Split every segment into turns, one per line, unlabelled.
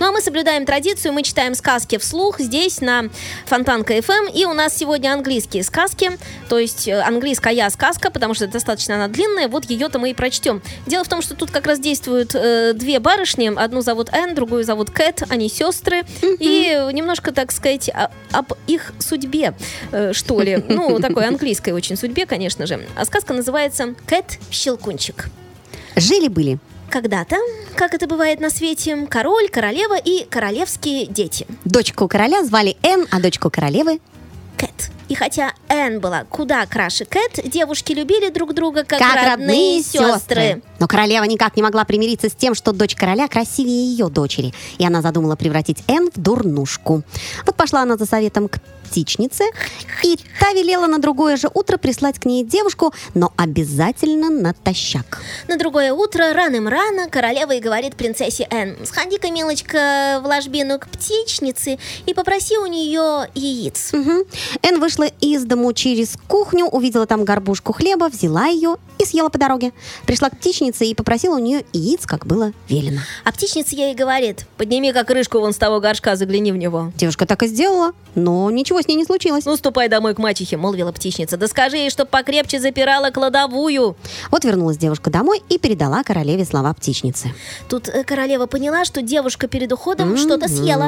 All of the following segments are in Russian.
Ну а мы соблюдаем традицию, мы читаем сказки вслух здесь на Фонтанка FM. И у нас сегодня английские сказки, то есть э, английская сказка, потому что достаточно она длинная, вот ее-то мы и прочтем. Дело в том, что тут как раз действуют э, две барышни, одну зовут Энн, другую зовут Кэт, они сестры. И немножко, так сказать, о- об их судьбе, э, что ли. Ну, такой английской очень судьбе, конечно же. А сказка называется «Кэт Щелкунчик».
Жили-были
Когда-то, как это бывает на свете, король, королева и королевские дети.
Дочку короля звали Энн, а дочку королевы
Кэт. И хотя Энн была куда краше Кэт, девушки любили друг друга как, родные сестры.
Но королева никак не могла примириться с тем, что дочь короля красивее ее дочери. И она задумала превратить Энн в дурнушку. Вот пошла она за советом к птичнице, и та велела на другое же утро прислать к ней девушку, но обязательно натощак.
На другое утро, раным рано, королева и говорит принцессе Энн, сходи-ка, милочка, в ложбину к птичнице и попроси у нее яиц.
Мгм. Энн вышла из дому через кухню, увидела там горбушку хлеба, взяла ее и съела по дороге. Пришла к птичнице и попросила у нее яиц, как было велено.
А птичница ей говорит, подними-ка крышку вон с того горшка, загляни в него.
Девушка так и сделала, но ничего с ней не случилось.
Ну, ступай домой к мачехе, молвила птичница. Да скажи ей, чтоб покрепче запирала кладовую.
Вот вернулась девушка домой и передала королеве слова птичницы.
Тут э, королева поняла, что девушка перед уходом
М-м.
что-то съела.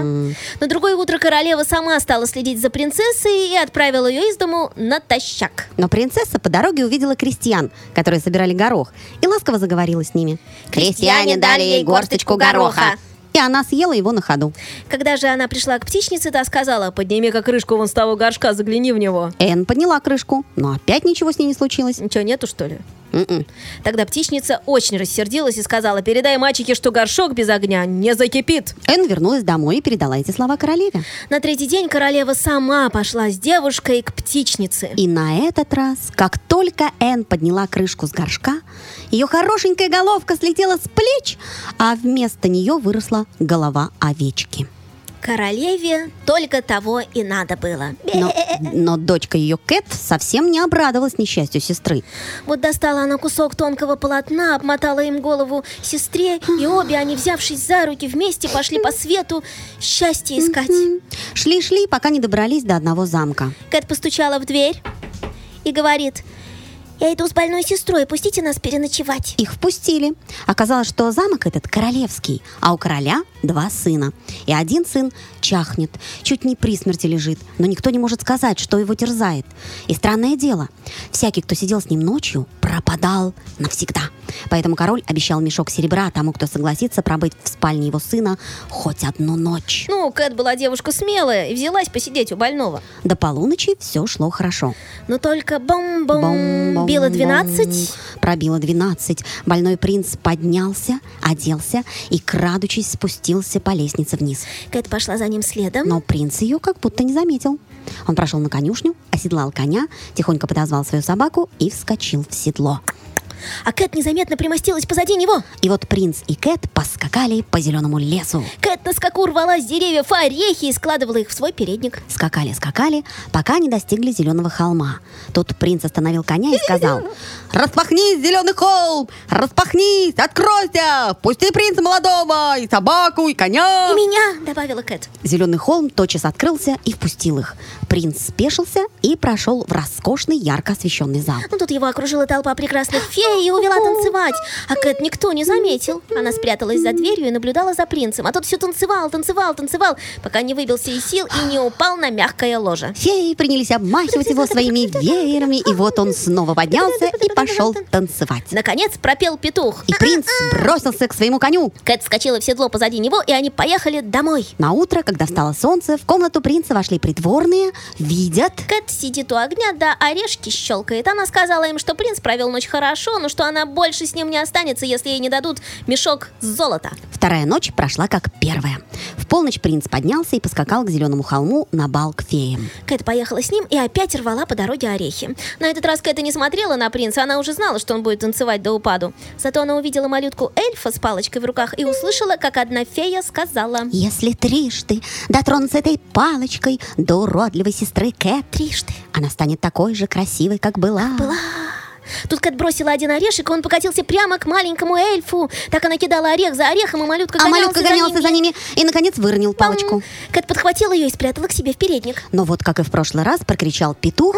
На другое утро королева сама стала следить за принцессой и отправила ее из дому натощак.
Но принцесса по дороге увидела крестьян, которые собирали горох, и ласково заговорила с ними.
«Крестьяне дали ей горсточку гороха».
И она съела его на ходу.
Когда же она пришла к птичнице, та сказала, подними-ка крышку вон с того горшка, загляни в него.
Энн подняла крышку, но опять ничего с ней не случилось.
Ничего нету, что ли?
М-м.
Тогда птичница очень рассердилась и сказала, передай мачехе, что горшок без огня не закипит.
Энн вернулась домой и передала эти слова королеве.
На третий день королева сама пошла с девушкой к птичнице.
И на этот раз, как только Энн подняла крышку с горшка, ее хорошенькая головка слетела с плеч, а вместо нее выросла голова овечки.
Королеве только того и надо было.
Но, но дочка ее Кэт совсем не обрадовалась несчастью сестры.
Вот достала она кусок тонкого полотна, обмотала им голову сестре, и обе они, взявшись за руки, вместе пошли по свету счастье искать.
М, Шли-шли, пока не добрались до одного замка.
Кэт постучала в дверь и говорит, «Я иду с больной сестрой, пустите нас переночевать».
Их впустили. Оказалось, что замок этот королевский, а у короля два сына. И один сын чахнет, чуть не при смерти лежит, но никто не может сказать, что его терзает. И странное дело, всякий, кто сидел с ним ночью, пропадал навсегда. Поэтому король обещал мешок серебра тому, кто согласится пробыть в спальне его сына хоть одну ночь.
Ну, Кэт была девушка смелая и взялась посидеть у больного.
До полуночи все шло хорошо.
Но только бом-бом
Бом-бом-бом.
било 12.
Пробило 12. Больной принц поднялся, оделся и, крадучись, спустился по лестнице вниз.
Кэт пошла за ним следом.
Но принц ее как будто не заметил. Он прошел на конюшню, оседлал коня, тихонько подозвал свою собаку и вскочил в седло.
А Кэт незаметно примостилась позади него.
И вот принц и Кэт поскакали по зеленому лесу.
Кэт на скаку рвала с деревьев орехи и складывала их в свой передник.
Скакали-скакали, пока не достигли зеленого холма. Тут принц остановил коня и сказал «Распахнись, зеленый холм! Распахнись! Откройся! Пусти принца молодого! И собаку, и коня!»
«И меня!» — добавила Кэт.
Зеленый холм тотчас открылся и впустил их. Принц спешился и прошел в роскошный, ярко освещенный зал.
Ну, тут его окружила толпа прекрасных фей и увела танцевать. А Кэт никто не заметил. Она спряталась за дверью и наблюдала за принцем. А тот все танцевал, танцевал, танцевал, пока не выбился из сил и не упал на мягкое ложе.
Феи принялись обмахивать его своими веерами, и вот он снова поднялся и пошел танцевать.
Наконец пропел петух.
И принц бросился к своему коню.
Кэт вскочила в седло позади него, и они поехали домой.
На утро, когда встало солнце, в комнату принца вошли придворные, видят,
Кэт сидит у огня, да орешки щелкает. Она сказала им, что принц провел ночь хорошо, Антону, что она больше с ним не останется, если ей не дадут мешок с золота.
Вторая ночь прошла как первая. В полночь принц поднялся и поскакал к зеленому холму на бал к феям.
Кэт поехала с ним и опять рвала по дороге орехи. На этот раз Кэт и не смотрела на принца, она уже знала, что он будет танцевать до упаду. Зато она увидела малютку эльфа с палочкой в руках и услышала, как одна фея сказала.
Если трижды дотронуться этой палочкой до уродливой сестры Кэт,
Трижды.
она станет такой же красивой, как была.
Была. Тут Кэт бросила один орешек, и он покатился прямо к маленькому эльфу. Так она кидала орех за орехом, и малютка
А
гонялся
малютка гонялся
за
за
ним.
ними и, наконец, выронил
Пам!
палочку.
Кэт подхватила ее и спрятала к себе в передник.
Но вот, как и в прошлый раз, прокричал петух,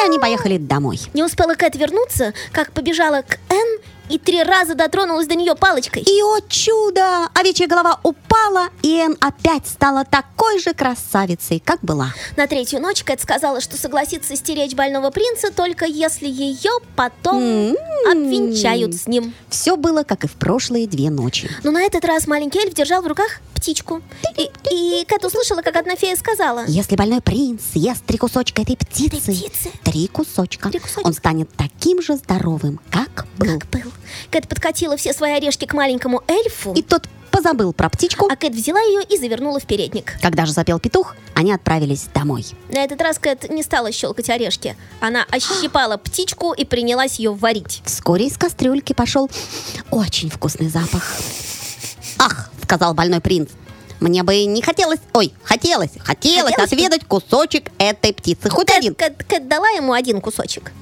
и они поехали домой.
Не успела Кэт вернуться, как побежала к Энн и три раза дотронулась до нее палочкой.
И, о чудо! Овечья голова упала, и Энн опять стала такой же красавицей, как была.
На третью ночь Кэт сказала, что согласится стеречь больного принца, только если ее потом обвенчают с ним.
Все было, как и в прошлые две ночи.
Но на этот раз маленький эльф держал в руках птичку. И, и Кэт услышала, как одна фея сказала.
Если больной принц съест три кусочка этой птицы,
птицы?
три кусочка,
Три кусочка.
он станет таким же здоровым, как был.
Как был. Кэт подкатила все свои орешки к маленькому эльфу,
И тот позабыл про птичку.
а Кэт взяла ее и завернула в передник.
Когда же запел петух, они отправились домой.
На этот раз Кэт не стала щелкать орешки. Она ощипала птичку и принялась ее варить.
Вскоре из кастрюльки пошел очень вкусный запах. «Ах!» — сказал больной принц. «Мне бы не хотелось... Ой, хотелось, хотелось,
Хотелось бы.
отведать кусочек этой птицы. Хоть один!»
Кэт, Кэт- Кэт дала ему один кусочек.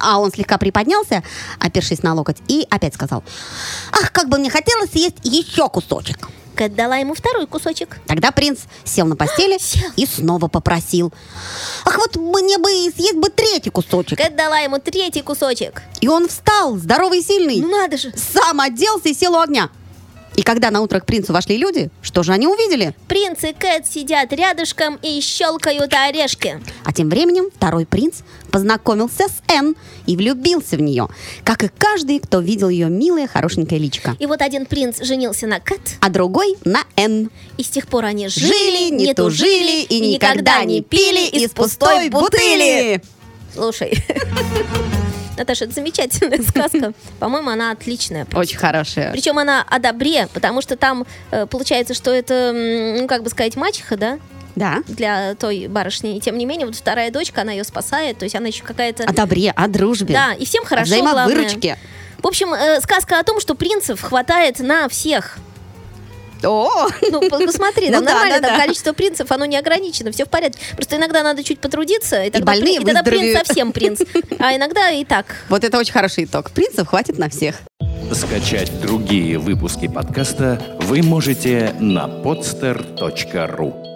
А он слегка приподнялся, опершись на локоть, и опять сказал, «Ах, как бы мне хотелось съесть еще кусочек!»
Кэт дала ему второй кусочек.
Тогда принц сел на постели
Сел.
и снова попросил, «Ах, вот мне бы и съесть бы третий кусочек!»
Кэт дала ему третий кусочек.
И он встал, здоровый и сильный,
Ну надо же.
сам оделся и сел у огня. И когда на утро к принцу вошли люди, что же они увидели?
Принц и Кэт сидят рядышком и щелкают орешки.
А тем временем второй принц познакомился с Энн и влюбился в нее, как и каждый, кто видел ее милое, хорошенькое личико.
И вот один принц женился на Кэт,
А другой на Энн.
и с тех пор они жили,
Жили, не тужили и никогда не пили из пустой бутыли.
Слушай, Наташа, это замечательная сказка. По-моему, она отличная.
Очень хорошая.
Причем она о добре, потому что там э, получается, что это, м, ну, как бы сказать, мачеха, да,
Да.
для той барышни. И тем не менее, вот вторая дочка, она ее спасает, то есть она еще какая-то...
О добре, о дружбе.
Да, и всем
о
хорошо, главное.
взаимовыручке.
В общем, э, сказка о том, что принцев хватает на всех.
О,
Ну, по- посмотри,
Ну
там
да,
нормально,
да,
там
да.
количество принцев, оно не ограничено, все в порядке. Просто иногда надо чуть потрудиться, и тогда, и
больные
тогда принц
выздоровеют.
совсем принц. А иногда и так.
вот это очень хороший итог. Принцев хватит на всех.
Скачать другие выпуски подкаста вы можете на podster.ru